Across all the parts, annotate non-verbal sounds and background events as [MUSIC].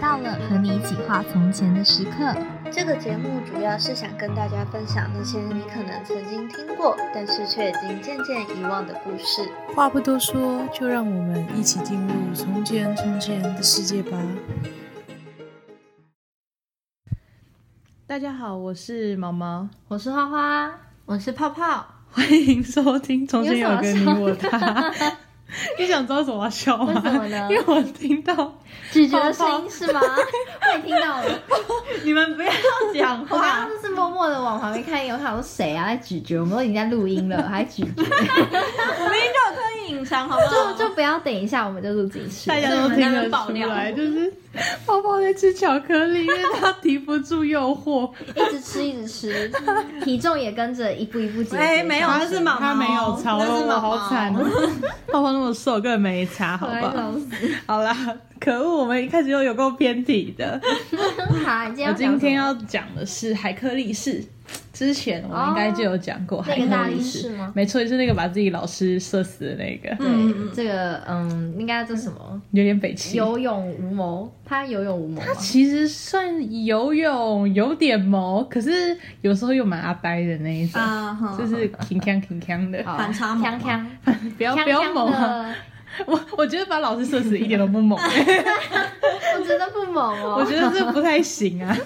到了和你一起画从前的时刻。这个节目主要是想跟大家分享那些你可能曾经听过，但是却已经渐渐遗忘的故事。话不多说，就让我们一起进入从前从前的世界吧。大家好，我是毛毛，我是花花，我是泡泡。欢迎收听《从前有个你我他》。 [LAUGHS] 你想知道怎么要笑吗？为什么呢因为我听到咀嚼的声音 [LAUGHS] 是吗？我也听到了。你们不要讲我刚话刚。就是默默的往旁边看一眼，我想说谁啊在咀嚼？我们都已经在录音了，还咀嚼？隐藏好不好？ [LAUGHS] 就就不要等一下，我们就录进去。大家都听得出来，就是泡泡在吃巧克力，因为他抵不住诱惑。一直吃，一直 [LAUGHS] 吃，体重也跟着一步一步减。哎、没有，好那是毛毛，他没有超那是我，毛毛好惨哦！ [LAUGHS] 泡泡那么瘦，根本没差，好吧，吧？笑死好啦，可恶，我们一开始又有够偏题的。好，你今我天要今讲天什么要讲的是海克力士，之前我们应该就有讲过海那个大克力力士吗没错，就是那个把自己老师射死的那个，对这个嗯，应该叫什么？有点北齐。有勇无谋，他有勇无谋吗。其实算游泳有点毛，可是有时候又蛮阿呆的那一种，啊哈 [LAUGHS] 就是挺锵挺锵的，好反差萌锵锵 [LAUGHS] 不要锵不要锵猛啊！ [LAUGHS] 的，我我觉得把老师射死一点都不猛，我觉得不猛 [LAUGHS] 哦。我觉得这不太行啊。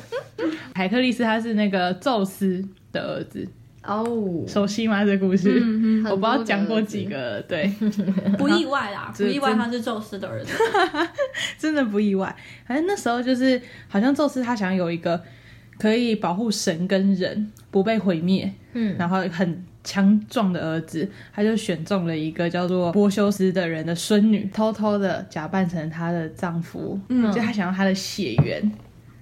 海克力斯他是那个宙斯的儿子，哦，熟悉吗？这故事、嗯我不知道讲过几个，对， [LAUGHS] 不意外啦，不这意外这他是宙斯的儿子，真的不意外。反正那时候就是，好像宙斯他想有一个可以保护神跟人不被毁灭，嗯，然后很强壮的儿子，他就选中了一个叫做波修斯的人的孙女，偷偷的假扮成她的丈夫，嗯，就他想要她的血缘。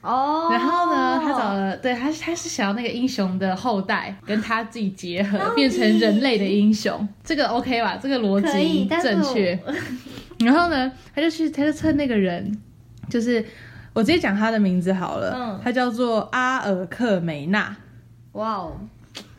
哦，然后呢，他找了，对他他是想要那个英雄的后代跟他自己结合，哦变成人类的英雄，这个 OK 吧？这个逻可以辑但是正我 [LAUGHS] 确。然后呢，他就去，他就趁那个人，就是我直接讲他的名字好了，嗯他叫做阿尔克美纳，哇哦，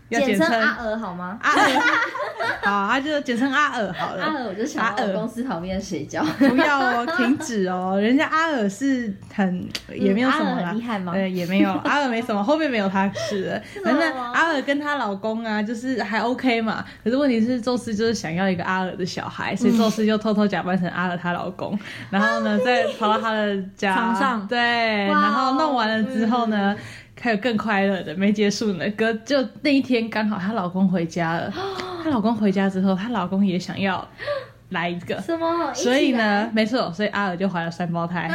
要简称称阿尔好吗？阿尔， [LAUGHS] 好，他就简称阿尔好了。阿尔，我就想到阿我尔公司旁边的水饺， [LAUGHS] 不要哦，停止哦！人家阿尔是很也没有什么嗯阿尔啦，很厉害吗对，也没 [LAUGHS] 有阿尔没什么，后面没有他事了。反正真的哦吗阿尔跟她老公啊，就是还 OK 嘛。可是问题是，宙斯就是想要一个阿尔的小嗯孩，所以宙斯就偷偷假扮成阿尔她老 [LAUGHS] 公，然后呢，再跑到她的家床上对，哇哦嗯然后弄完了之后呢。还有更快乐的，没结束呢。哥就那一天刚好她老公回家了，她老公回家之后，她老公也想要来一 [GASPS] 个， [LAUGHS] 什么？哎所以一起啊呢，没错，所以阿尔就怀了三胞胎，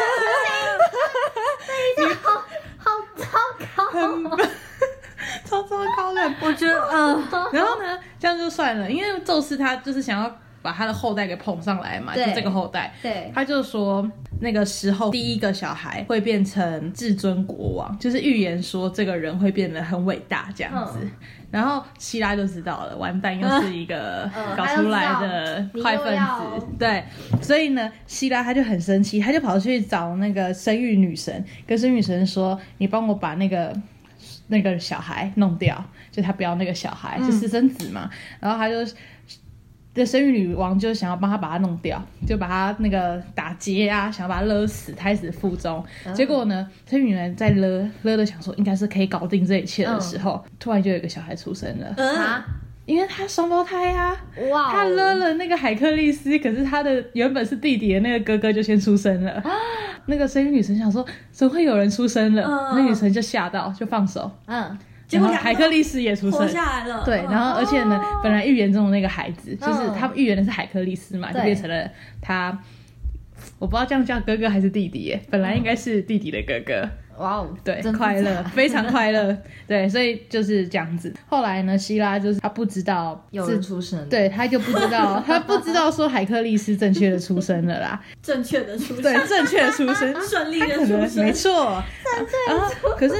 嗯 [LAUGHS] 超糟糕的。 [LAUGHS] 我觉得，啊呃，然后呢，这样就算了，因为宙斯他就是想要把他的后代给捧上来嘛，就对这个后代，来，他就说那个时候第一个小孩会变成至尊国王，就是预言说这个人会变得很伟大这样子。嗯然后希拉就知道了，完蛋，又是一个 [LAUGHS] 嗯搞出来的坏分他就知道子，对，所以呢，希拉他就很生气，他就跑去找那个生育女神，跟生育女神说：“你帮我把那个那个小孩弄掉，就他不要那个小孩，是私生子嘛。然后他就这生育女王就想要帮他把他弄掉，就把他那个打结啊，想要把他勒死，胎死腹中。结果呢，生育女人在勒勒的想说应该是可以搞定这一切的时候，突然就有一个小孩出生了，对嗯，啊，因为他双胞胎啊。哇哦，他勒了那个海克力斯，可是他的原本是弟弟的那个哥哥就先出生了。那个生育女神想说，怎么会有人出生了？嗯那女神就吓到，就放手。嗯，结果然后海克力斯也出生活，下来了，对，嗯然后而且呢，本来预言中的那个孩子，就是嗯他们预言的是海克力斯嘛，就对变成了他。我不知道这样叫哥哥还是弟弟耶，本来应该是弟弟的哥哥，哇哦，对真，快乐，复杂非常快 [LAUGHS] 乐，对，所以就是这样子。后来呢，希拉就是他不知道有自人出生，，对，他就不知道，他不知道说海克力斯正确的出生了 [LAUGHS] 啦，正确的出对生，，正确的出生，顺利他的可出能没生，错。然后可是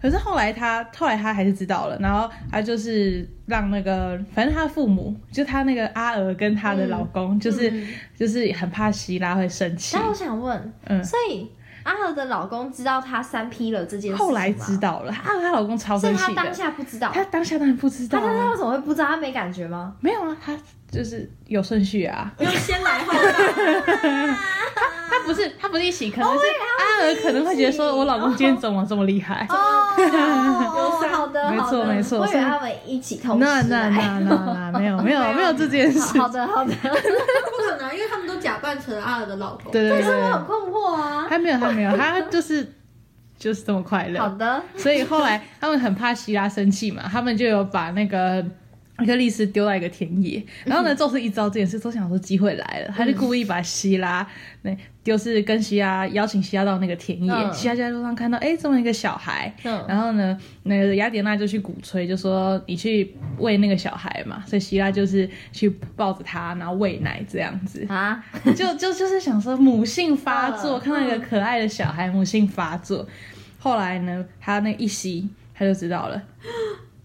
可是后来他后来他还是知道了，然后他就是让那个反正他父母就他那个阿娥跟她的老嗯公，就是、就是很怕希拉会生气但，我想问，嗯所以阿尔的老公知道他三 P 了这件事，后来知，道了，阿娥她老公超所以生他气当的。下不知道，他他当下当然不知道、当下啊为，什么会不知道？他没感觉吗？没有啊，他就是有顺序啊。又先来后到，啊他不是他不是一起，可能是阿尔可能会觉得说，我老公今天怎么这么厉害？哦，好的，没错好的没错我以为他们一起同时那那那来。那那没有没有没有这件事， [LAUGHS] 好的好的，[LAUGHS] [LAUGHS] 不可能，因为他们都假扮成阿尔的老公。对对对对，很困惑啊。还没有还没有， [LAUGHS] 他就是就是这么快乐。好的，所以后来他们很怕希拉生气嘛，他们就有把那个阿克利斯丢到一个田野。然后呢，宙斯一知道这件事，都想说机会来了，他就故意把希拉那就是跟希拉邀请希拉到那个田野，嗯希拉就在路上看到哎这么一个小孩，嗯然后呢，那个雅典娜就去鼓吹，就说你去喂那个小孩嘛，所以希拉就是去抱着他，然后喂奶这样子。 [LAUGHS] 啊，就就就是想说母性发作，嗯看到一个可爱的小孩，母性发作。后来呢，他那一吸，他就知道了。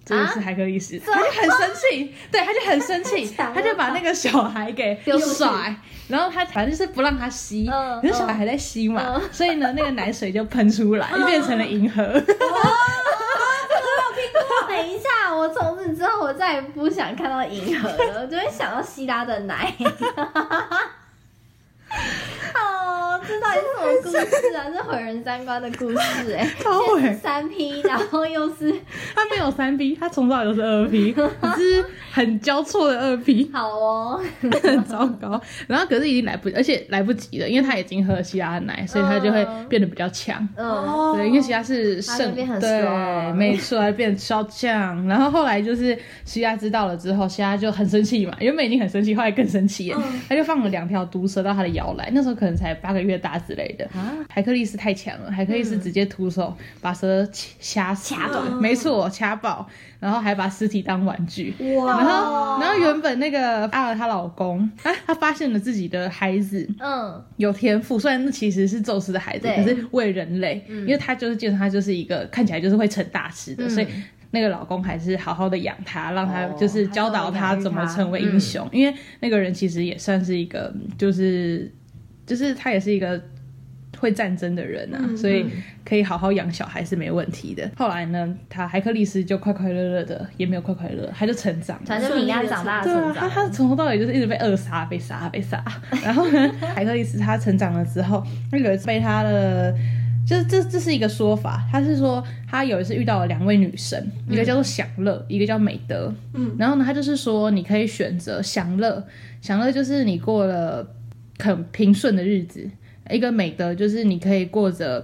这啊就是海克力士，他就很生气，对，他就很生气，假的他就把那个小孩给丢出去甩，然后他反正就是不让他吸，嗯可是小孩还在吸嘛，所以呢，那个奶水就喷出来，嗯就 [LAUGHS] 变成了银河。等一下，我从此之后我再也不想看到银河了，我就会想到希拉的奶。 [LAUGHS] 哦，这到底是什么故事啊？这毁人三观的故事哎、 [LAUGHS] 超毁先是三 P，然后又是他没有三 P，他从小就是二 P，只是很交错的二 P。好哦，很 [LAUGHS] 糟糕。然后可是已经来不，而且来不及了，因为他已经喝了希拉的奶，所以他就会变得比较强。嗯，对，因为希拉是肾他就，变很对， strong 没错，他变超强。然后后来就是希拉知道了之后，希拉就很生气嘛，原本已经很生气，后来更生气耶，嗯他就放了两条毒蛇到他的摇篮，那时候可能才八个月大之类的。啊海克力斯太强了，海克力斯直接徒手把蛇掐死，掐嗯断没错，掐爆，然后还把尸体当玩具。哇然哦后，然后原本那个阿尔她老公，啊，她发现了自己的孩子嗯，有天赋，虽然那其实是宙斯的孩子，对可是为人类，因为他就是基本上他就是一个看起来就是会成大事的，嗯所以。那个老公还是好好的养他，让他哦就是教导还是好好他地怎么养育他成为英雄，因为那个人其实也算是一个，就是就是他也是一个会战争的人啊，嗯所以可以好好养小孩是没问题的。后来呢，他海克力斯就快快乐乐的，也没有快快乐，他就成长了，反正平安长大的对啊成，他长，他从头到尾就是一直被扼杀、被杀、被 [LAUGHS] 杀。然后呢，海克力斯他成长了之后，那个被他的，就是这这是一个说法，他是说他有一次遇到了两位女神，一个叫做享乐，一个叫美德。嗯，然后呢，他就是说你可以选择享乐，享乐就是你过了很平顺的日子；一个美德就是你可以过着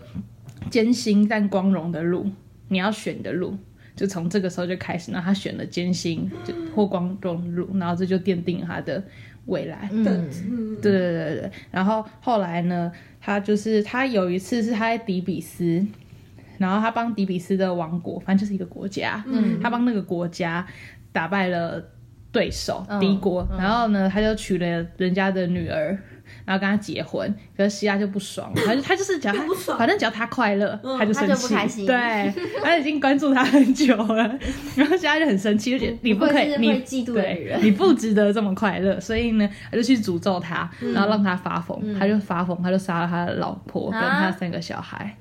艰辛但光荣的路，你要选的路。就从这个时候就开始，然后他选了艰辛就或光荣路，然后这就奠定了他的未来。嗯，嗯，对对对对对。然后后来呢，他就是他有一次是他在底比斯，然后他帮底比斯的王国，反正就是一个国家，嗯他帮那个国家打败了对手嗯敌国，然后呢，他就娶了人家的女儿。然后跟他结婚，可是希拉就不爽，他就他就是只要他不爽反正只要他快乐，他就嗯他生就不气，开心对，他已经关注他很久 [LAUGHS] 了，然后希拉就很生气，就觉得你不可不以，愧是你会嫉妒的对女人你不值得这么快乐，所以呢，他就去诅咒他，嗯然后让他发疯，他就发疯，他就杀了他的老婆跟啊他三个小孩，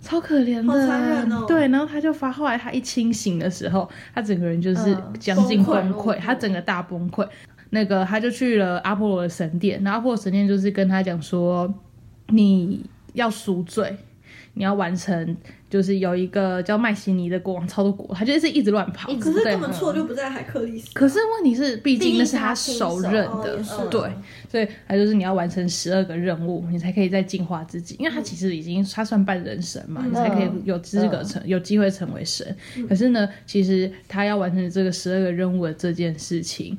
超可怜的，好残忍哦对，然后他就发，后来他一清醒的时候，他整个人就是嗯将近崩崩溃溃，他整个大崩溃。那个他就去了阿波罗的神殿，然后阿波罗神殿就是跟他讲说，你要赎罪，你要完成，就是有一个叫麦西尼的国王超多国，他就是一直乱跑，一欸直哦可是对嗯根本错就不在海克力斯啊。可是问题是，毕竟那是毕竟他他手亲手刃的，哦也是对，所以他就是你要完成十二个任务，你才可以再进化自己，因为他其实已经他算半人神嗯嘛，你才可以有资格成、有机会成为神。可是呢，其实他要完成这个十二个任务的这件事情，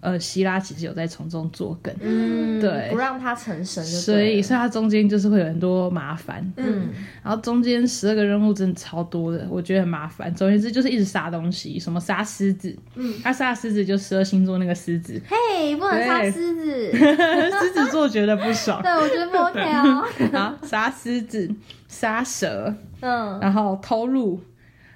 呃，希拉其实有在从中作梗，嗯对不让他成神就对了，所以所以他中间就是会有很多麻烦，嗯，然后中间十二个任务真的超多的，我觉得很麻烦。总而言之，就是一直杀东西，什么杀狮子，嗯，他杀的狮子就十二星座那个狮子，嘿，不能杀对狮子， [LAUGHS] 狮子座觉得不 [LAUGHS] 爽，对我觉得不 [LAUGHS] OK 哦，好，杀狮子、杀蛇，嗯，然后偷鹿，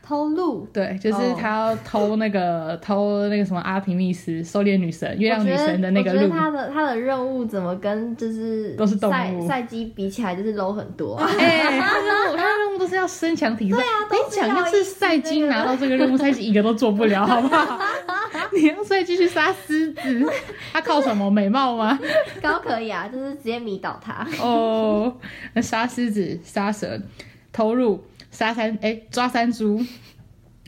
偷录。对，就是哦他要偷那个、偷那个什么阿提密斯狩猎女神、月我亮女觉得神的那个我觉鹿得。他的他的任务怎么跟就是都是动赛物赛基比起来就是 low 很多 [LAUGHS] 啊？哎、他任务他任务都是要身强体壮，你都是讲要就是一起赛金那个拿到这个任务，赛金一个都做不了，好不好？ [LAUGHS] 你用睡继续杀狮子，他靠什么美貌吗？高可以啊，就是直接迷倒他。哦，那杀狮子、杀蛇、投入、杀山，哎、抓山猪，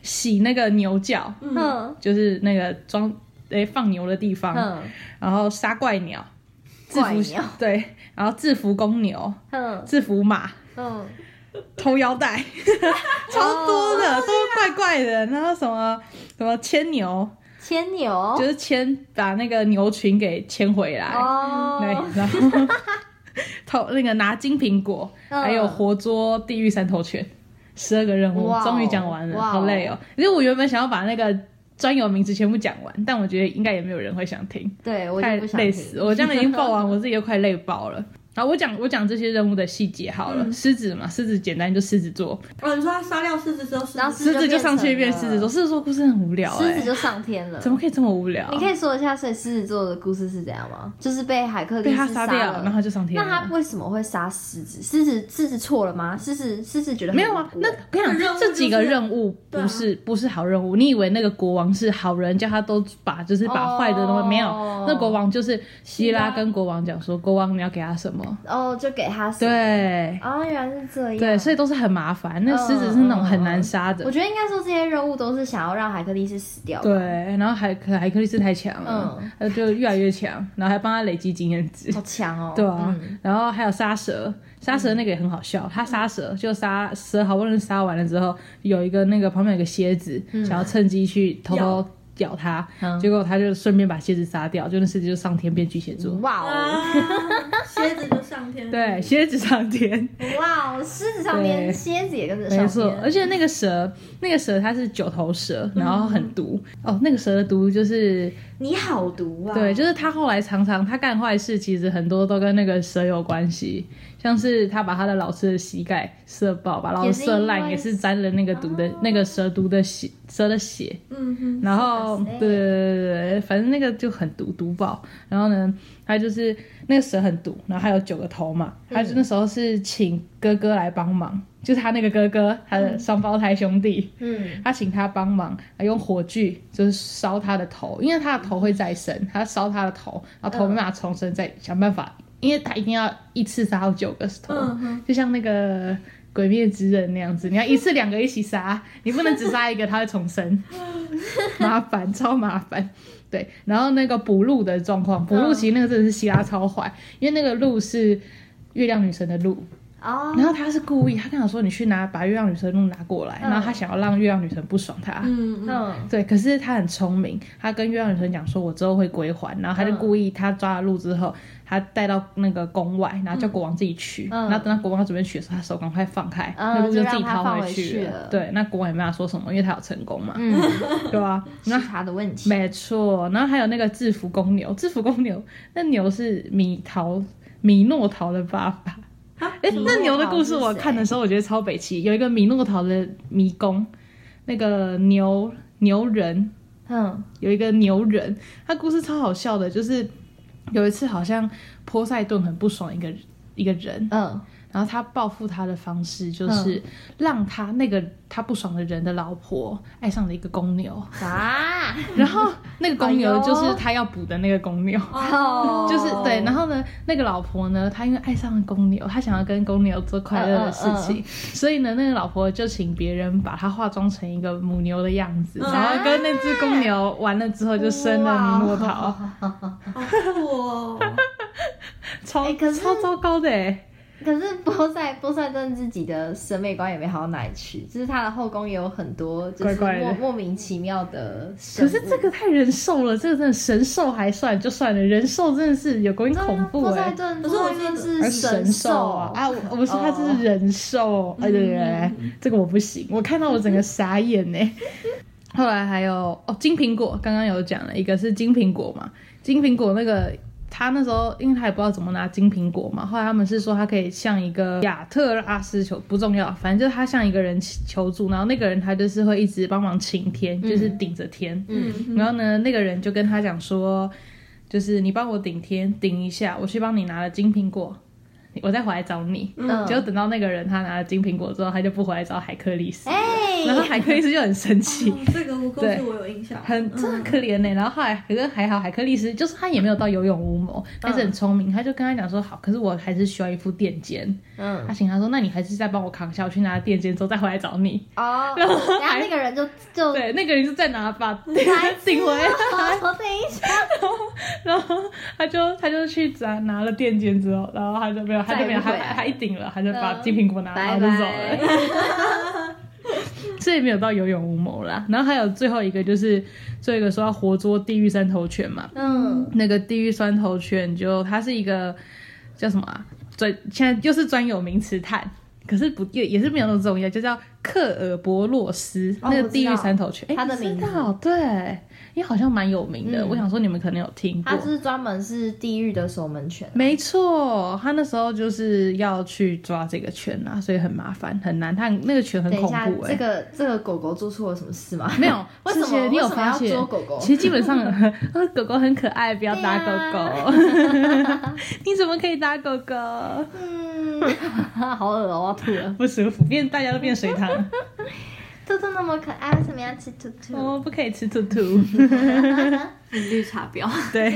洗那个牛角，嗯就是那个装哎、放牛的地方，嗯然后杀怪鸟，制怪服鸟对，然后制服公牛，嗯制服马，嗯，偷腰带， [LAUGHS] 超多的，哦都怪怪的。然后什么什么牵牛，牵牛就是牵把那个牛群给牵回来，对哦，，然后 [LAUGHS] 偷那个拿金苹果，嗯还有活捉地狱三头犬，十二个任务哇哦终于讲完了，哇哦好累哦。其实我原本想要把那个专有名词全部讲完，但我觉得应该也没有人会想听。对我太就不想累死了，我这样已经报 [LAUGHS] 完，我自己都快累爆了。然后我讲我讲这些任务的细节好嗯了，狮子嘛，狮子简单就狮子座，哦，你说他杀掉狮子之后，狮然后子狮子就变上去成变了狮子座，狮子座故事很无 [LAUGHS] 聊狮哎、子就上天了。怎么可以啊这么无聊？你可以说一下，所以狮子座的故事是怎样吗？就是被海克力被士他杀杀掉，然后了。他就上天啊那了。他为什么会杀狮子？狮子狮子错了吗？狮子狮子觉得很没有啊无？辜欸那我跟他你的任讲，务这几个就是任务对啊不是不是好任务。你以为那个国王是好人，叫他都把就是把坏的东哦西没有？那国王就是希希拉拉跟国王讲说，国王你要给他什么？哦，就给他死。对哦，原来是这样。对，所以都是很麻烦。嗯那狮子是那种很难杀的我。觉得应该说这些任务都是想要让海克力士死掉吧。对，然后海克海克力斯太强了嗯，他就越来越强，然后还帮他累积经验值。好强哦。对啊，然后还有杀蛇，杀蛇那个也很好笑。他杀蛇就杀蛇，好不容易杀完了之后，有一个那个旁边有个蝎子，嗯想要趁机去偷偷咬它，结果他就顺便把蝎子杀掉，就那狮子就上天变巨蟹座。哇哦，啊，蝎子就上天，，对，蝎子上 [LAUGHS] 天，哇哦，狮子上面对蝎子也跟着上没天嗯错。而且那个蛇，那个蛇它是九头蛇，然后很毒、哦。那个蛇的毒就是，你好毒啊！对，就是他后来常常他干坏事，其实很多都跟那个蛇有关系，像是他把他的老师的膝盖射爆，把老也师是射因烂，为哦也是沾了那个毒的、那个蛇毒的血，蛇的血。嗯哼，然后哇塞对对对对对，反正那个就很毒毒爆。然后呢，他就是那个蛇很毒，然后他有九个头嘛，嗯他就那时候是请哥哥来帮忙，就是他那个哥哥，他的双胞胎兄弟，嗯，他请他帮忙，用火炬就是烧他的头，因为他的头会再生，他烧他的头，然后头没办法重生，再想办法，因为他一定要一次杀到九个头，嗯哼就像那个。鬼灭之刃那样子，你要一次两个一起杀，你不能只杀一个，他会重生，麻烦，超麻烦。对，然后那个补录的状况，补录其实那个真的是希拉超坏，因为那个鹿是月亮女神的鹿，哦，然后他是故意，他跟我说你去拿把月亮女神弄拿过来，嗯然后他想要让月亮女神不爽他。嗯嗯，嗯，对，可是他很聪明，他跟月亮女神讲说，我之后会归还，然后他就嗯故意，他抓了鹿之后，他带到那个宫外，然后叫国王自己取，嗯然后等到国王准备取的时候，他手赶快放开，嗯那鹿就自己让它逃放回去去了。了对，那国王也没有说什么，因为他有成功嘛，嗯，对 [LAUGHS] 啊，是那他的问题。没错，然后还有那个制服公牛，制服公牛那牛是米桃米诺陶的爸爸。哎、米诺那牛的陶故是事我谁看的时候，我觉得超北气。有一个米诺陶的迷宫，那个牛牛人嗯有一个牛人，他故事超好笑的，就是有一次好像波塞顿很不爽一个一个人，嗯然后他报复他的方式就是让他那个他不爽的人的老婆爱上了一个公牛，啥？然后那个公哎牛呦就是他要捕的那个公牛，哦 [LAUGHS] 就是对。然后呢，那个老婆呢，她因为爱上了公牛，她想要跟公牛做快乐的事情，嗯所以呢，那个老婆就请别人把她化妆成一个母牛的样子，嗯然后跟那只公牛玩了之后，就生了米诺 [LAUGHS] 陶，好酷哦，超、哎可是超糟糕的哎。 [LAUGHS] 可是波塞波塞顿自己的审美观也没好到哪里去，就是他的后宫也有很多就怪是怪的莫莫名其妙的生可物。是这个太人兽了，这个真的神兽还算就算了，人兽真的是有够真的恐怖波哎、塞顿，可波是我塞记得顿而是神兽啊兽啊！啊，我我不是，他这哦嗯是人兽，哎对对对，这个我不行，我看到我整个傻眼呢。嗯后来还有哦，金苹果，刚刚有讲了一个是金苹果嘛，金苹果那个他那时候因为他也不知道怎么拿金苹果嘛，后来他们是说他可以向一个亚特拉斯求不重要，反正就是他向一个人求助，然后那个人他就是会一直帮忙晴天，嗯就是顶着天，嗯然后呢，那个人就跟他讲说，就是你帮我顶天顶一下，我去帮你拿了金苹果，我再回来找你。嗯结果等到那个人他拿了金苹果之后，他就不回来找海克力斯，哎，然后海克力斯就很生气，嗯这个蜈蚣是我有印象，很真的嗯很可怜呢、然后后来可是还好，海克力斯就是他也没有到有勇无谋，但是很聪明，他就跟他讲说好，可是我还是需要一副垫肩。嗯他请他说，那你还是再帮我扛下，我去拿垫肩之后再回来找你。哦， [LAUGHS] 然后那个人就就对，那个人就再拿 [LAUGHS] 把白痴 [LAUGHS] 顶回来，哦我等一下， [LAUGHS] 然后他就他就去拿拿了垫肩之后，然后他就没有，他就没有，再他也不回来他一顶了，他就把嗯金苹果拿了，然后就走了。 [LAUGHS] 所以没有到有勇无谋啦。然后还有最后一个就是最后一个说要活捉地狱三头犬嘛，嗯，那个地狱三头犬就它是一个叫什么啊？专现在又是专有名词探，可是不也也是没有那么重要，就叫克尔伯洛斯、哦那个我知地狱道三头犬，哎它的你知名字道对，因为好像蛮有名的，嗯我想说你们可能有听过他。是专门是地狱的守门犬，没错，他那时候就是要去抓这个犬啊，所以很麻烦，很难。他那个犬很等一恐下，怖哎、这个这个狗狗做错了什么事吗？没有，为什么之前你有发为现什么要捉狗狗其实基本上，啊狗狗很可爱，不要打狗狗。啊 [LAUGHS] 你怎么可以打狗狗？ [LAUGHS] 好恶哦，我要吐了。不舒服，变大家都变水塘， [LAUGHS] 兔兔那么可爱，为什么要吃兔兔？哦，不可以吃 [LAUGHS] 兔兔。绿茶婊，对，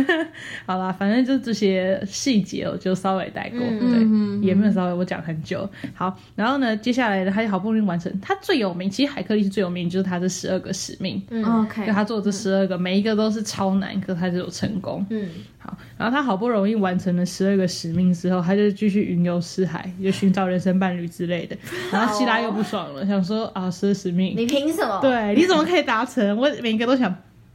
[LAUGHS] 好啦，反正就这些细节，我就稍微带过，嗯对，也没有稍微我讲很久。好，然后呢，接下来呢，他就好不容易完成，他最有名，其实海克力是最有名，就是他这十二个使命。嗯 OK，就他做这十二个，每一个都是超难，可是他就有成功。嗯，好，然后他好不容易完成了十二个使命之后，他就继续云游四海，就寻找人生伴侣之类的。然后希拉又不爽了，想说啊，十二使命，啊你凭什么？对，你怎么可以达成？我每一个都想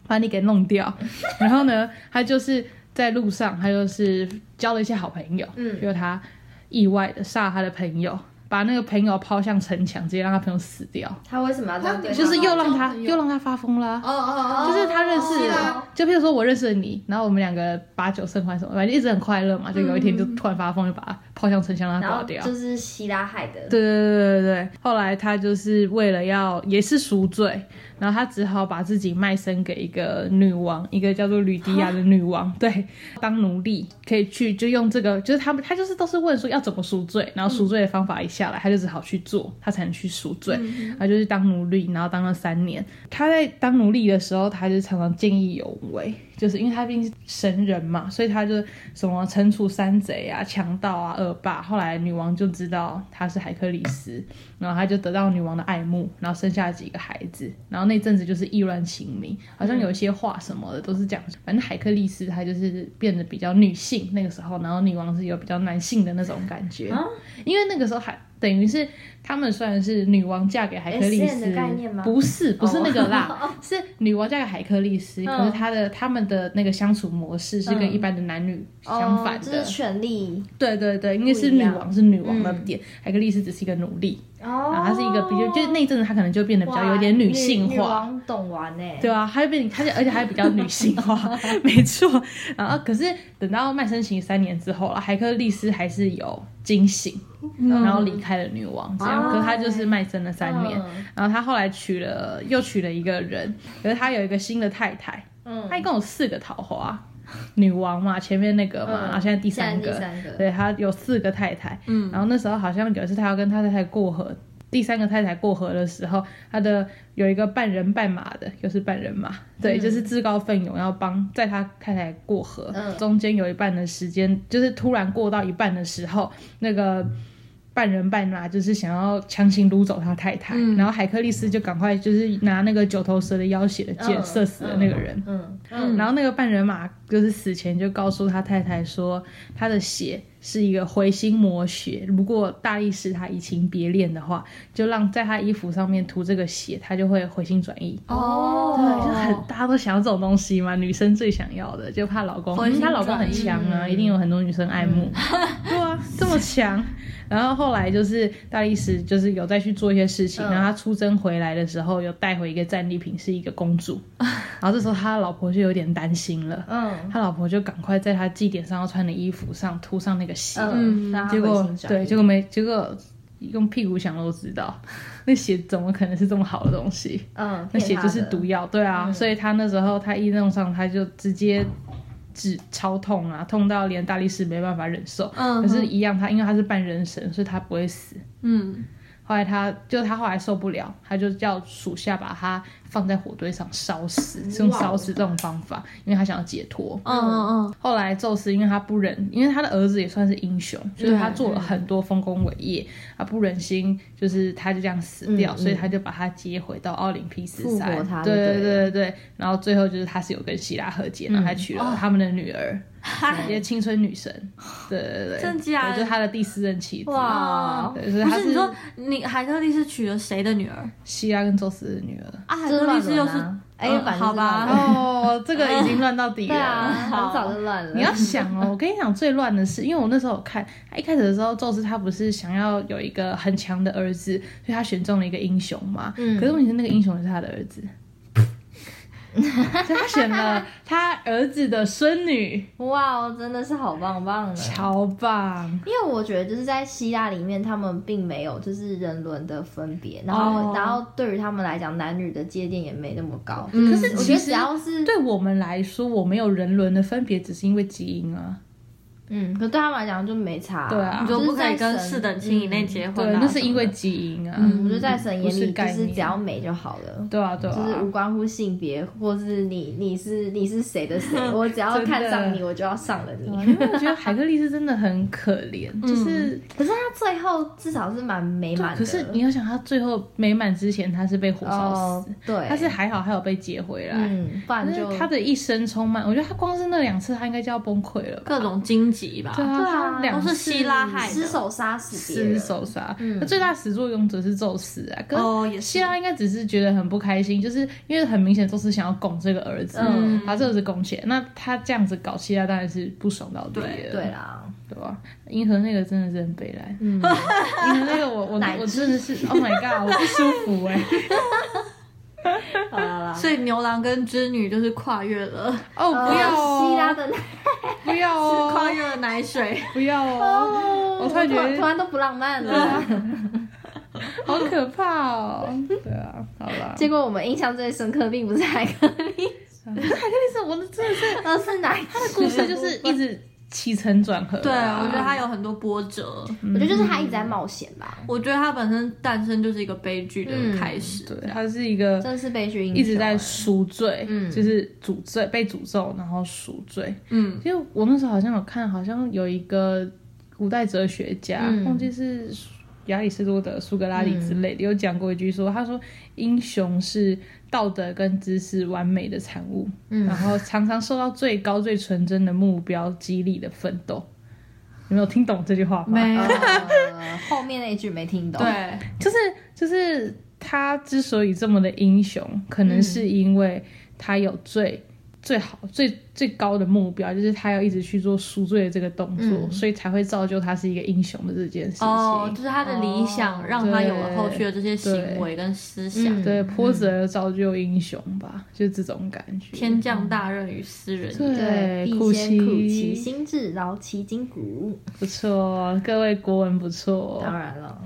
把你给弄掉。然后呢，他就是在路上，他就是交了一些好朋友，嗯就是他意外的杀了他的朋友，把那个朋友抛向城墙，直接让他朋友死掉，他为什么要这样对他他？就是又让交他朋友又让他发疯了啊。哦哦哦，就是他认识是了哦啊，就譬如说我认识了你，然后我们两个八九甚欢什么，反正一直很快乐嘛。就有一天就突然发疯，就把他抛向城墙，让他然挂后掉。就是希拉害的，对对对对对，后来他就是为了要也是赎罪，然后他只好把自己卖身给一个女王，一个叫做吕迪亚的女王，对，当奴隶可以去就用这个，就是他们他就是都是问说要怎么赎罪，然后赎罪的方法一下来，他就只好去做，他才能去赎罪，他就是当奴隶，然后当了三年。他在当奴隶的时候，他就常常见义勇为，就是因为他毕竟是神人嘛，所以他就什么惩处山贼啊、强盗啊、恶霸。后来女王就知道他是海克力斯，然后他就得到女王的爱慕，然后生下了几个孩子。然后那阵子就是意乱情迷，好像有一些话什么的都是讲，反正海克力斯他就是变得比较女性那个时候，然后女王是有比较男性的那种感觉，啊因为那个时候还等于是他们虽然是女王嫁给海克力 SM 斯的概念吗哦不是不是那个啦，是女王嫁给海克力嗯斯，可是她的他们的那个相处模式是跟一般的男女相反哦的，就是权力对对对，因为是女王是女王的点，海克力斯只是一个奴隶，嗯哦然后她啊是一个比较，就是那一阵子她可能就变得比较哇有点女性女化，王懂玩欸呢，对啊，她就变，她就而且还比较女性 [LAUGHS] 化，没错。然后可是等到卖身行三年之后了，海克力斯还是有惊醒，嗯然后离开了女王，这样。哦可是她就是卖身了三年，嗯然后她后来娶了又娶了一个人，可是她有一个新的太太，嗯她一共有四个桃花。女王嘛，前面那个嘛，嗯然后现在第三个，现在第三个对她有四个太太，嗯，然后那时候好像有一次她要跟她太太过河，第三个太太过河的时候，她的有一个半人半马的，又是半人马，嗯对，就是自告奋勇要帮在她太太过河，嗯中间有一半的时间，就是突然过到一半的时候，那个。半人半马就是想要强行掳走他太太，嗯然后海克力斯就赶快就是拿那个九头蛇的要挟的箭嗯射死了那个人，嗯嗯然后那个半人马就是死前就告诉他太太说，他的血是一个回心魔血，如果大力士他移情别恋的话，就让在他衣服上面涂这个血，他就会回心转意。哦对，就很大家都想要这种东西嘛，女生最想要的，就怕老公，嗯回心她老公很强嗯啊，一定有很多女生爱慕。 [LAUGHS] 对啊，这么强。然后后来就是大力士，就是有再去做一些事情，嗯然后他出征回来的时候，有带回一个战利品，是一个公 [LAUGHS] 主。然后这时候他老婆就有点担心了，嗯他老婆就赶快在他祭典上要穿的衣服上涂上那个血，嗯，让它结回果心转意对，结果没结果。用屁股想都知道， [LAUGHS] 那血怎么可能是这么好的东西？嗯，那骗血他就是的嗯毒药，对啊，所以他那时候他一弄上，他就直接治超痛啊，痛到连大力士没办法忍受。嗯可是，一样他因为他是半人神，所以他不会死。嗯，后来他就他后来受不了，他就叫属下把他放在火堆上烧死，是用哦哇烧死这种方法，因为他想要解脱。嗯嗯嗯，后来宙斯因为他不忍，因为他的儿子也算是英雄，就是他做了很多丰功伟业，他不忍心，就是他就这样死掉，嗯嗯所以他就把他接回到奥林匹斯复活山他。就对对了对嗯对对，然后最后就是他是有跟希拉和解，然后他娶哦了他们的女儿， [LAUGHS] 一些青春女神。对对对，真假的对就是他的第四任妻子。哇，对，所以不他是你是说你海特力是娶了谁的女儿希拉跟宙斯的女儿。啊？海这特是力士乱又伦是啊，哎嗯，反正好是吧，乱伦哦，这个已经乱到底了。对 [LAUGHS] [LAUGHS] 啊，很早就乱了。你要想哦，我跟你讲最乱的是，因为我那时候有看，他一开始的时候，宙斯他不是想要有一个很强的儿子，所以他选中了一个英雄嘛。嗯可是问题是，那个英雄是他的儿子，所以他选了他儿子的孙女，哇哦，真的是好棒棒的。超棒。因为我觉得就是在希腊里面，他们并没有就是人伦的分别，然后、哦然后对于他们来讲，男女的界定也没那么高。嗯可是我觉其得实只要是对我们来说，我没有人伦的分别，只是因为基因啊。嗯，可对他们来讲就没差。对啊你就就不是可以在跟神四等亲以内结婚对，啊，那是因为什么的基因啊。嗯，我觉得在神眼不里是就概是念只要美就好了。对啊，对啊。就是无关乎性别，或是你你是你是谁 [LAUGHS] 的谁，我只要看上真你，我就要上了对啊你。因为我觉得海克力士真的很可怜，就是 [LAUGHS] 可是他最后至少是嗯蛮美满的。可是你要想，他最后美满之前，他是被火烧哦死，，对，但是还好还有被接回来。嗯，不然但就是他的一生充满，我觉得他光是那两次，他应该就要崩溃了吧？各种荆棘吧。对啊，对啊他两都次是希拉害失的，手杀死别失人，手杀，嗯那最大始作俑者是宙斯啊。跟哦也是希拉应该只是觉得很不开心，就是因为很明显宙斯想要拱这个儿子，嗯把这个儿子拱起来。那他这样子搞希拉当然是不爽到底了，对对啦，对吧？银河那个真的是很悲哀，嗯，银河那个 [LAUGHS] 我我乃我真的是 Oh my God，我不舒服哎、好啦啦，所以牛郎跟织女就是跨越了，哦， [LAUGHS] 呃不要、哦，希拉的那不要跨哦，越了奶水。不要哦，我突然觉得突然都不浪漫了。好可怕哦。对啊，好啦。结果我们印象最深刻并不是海克力， [LAUGHS] 海克力士，我真的是而是哪一他的故事就是一直起承转合啊。对，嗯我觉得他有很多波折。我觉得就是他一直在冒险吧，我觉得他本身诞生就是一个悲剧的开始。对他是一个真的是悲剧英雄，一直在赎罪，嗯就是诅罪被诅咒，然后赎罪。嗯，因为我那时候好像有看，好像有一个古代哲学家，嗯忘记是亚里士多德、苏格拉底之类的，有讲过一句说，他说英雄是道德跟知识完美的产物，嗯然后常常受到最高、最纯真的目标激励的奋斗。你没有听懂这句话吗？没有。呃。后面那一句没听懂，对，就是就是他之所以这么的英雄，可能是因为他有最、最好最最高的目标，就是他要一直去做赎罪的这个动作，嗯所以才会造就他是一个英雄的这件事情。哦，就是他的理想、哦让他有了后续的这些行为跟思想。嗯对，波折造就英雄吧，就是这种感觉。天降大任于斯人也，对，必苦先苦其其心志，劳其筋骨。不错，各位国文不错。当然 [LAUGHS] 了，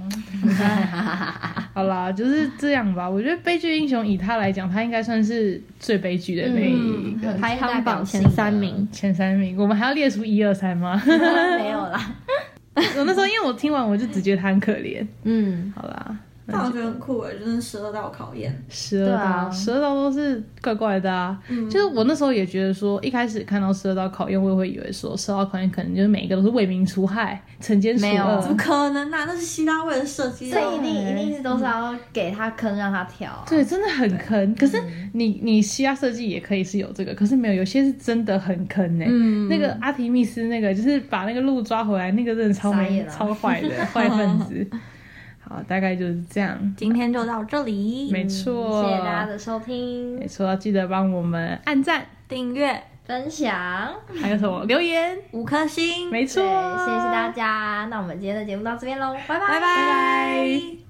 好嗯啦，就是这样吧。我觉得悲剧英雄以他来讲，他应该算是最悲剧的那一个、很排行榜前三名，前三名。我们还要列出一二三 [LAUGHS] 吗？没有啦。我那时候因为我听完我就只觉得他很可怜。嗯，好啦，但我觉得很酷哎，真的十二道考验。十二对道，啊嗯十二道都是怪怪的啊。就是我那时候也觉得说，一开始看到十二道考验，我也会以为说十二道考验可能就是每一个都是为民除害、惩奸除没有恶不。可能啊，那是希拉为了设计所的。以一定一定是都是要给他坑让他跳啊。嗯对，真的很坑。可是你你希腊设计也可以是有这个，可是没有，有些是真的很坑呢、嗯那个阿提密斯那个，就是把那个鹿抓回来，那个真的超傻没眼啊超坏的坏分子。 [LAUGHS] 好，大概就是这样，今天就到这里，没错。嗯谢谢大家的收听没、错，要记得帮我们按赞，订阅分享，还有什么留言？五颗星，没错，对，谢谢大家。那我们今天的节目到这边喽，拜拜，拜拜。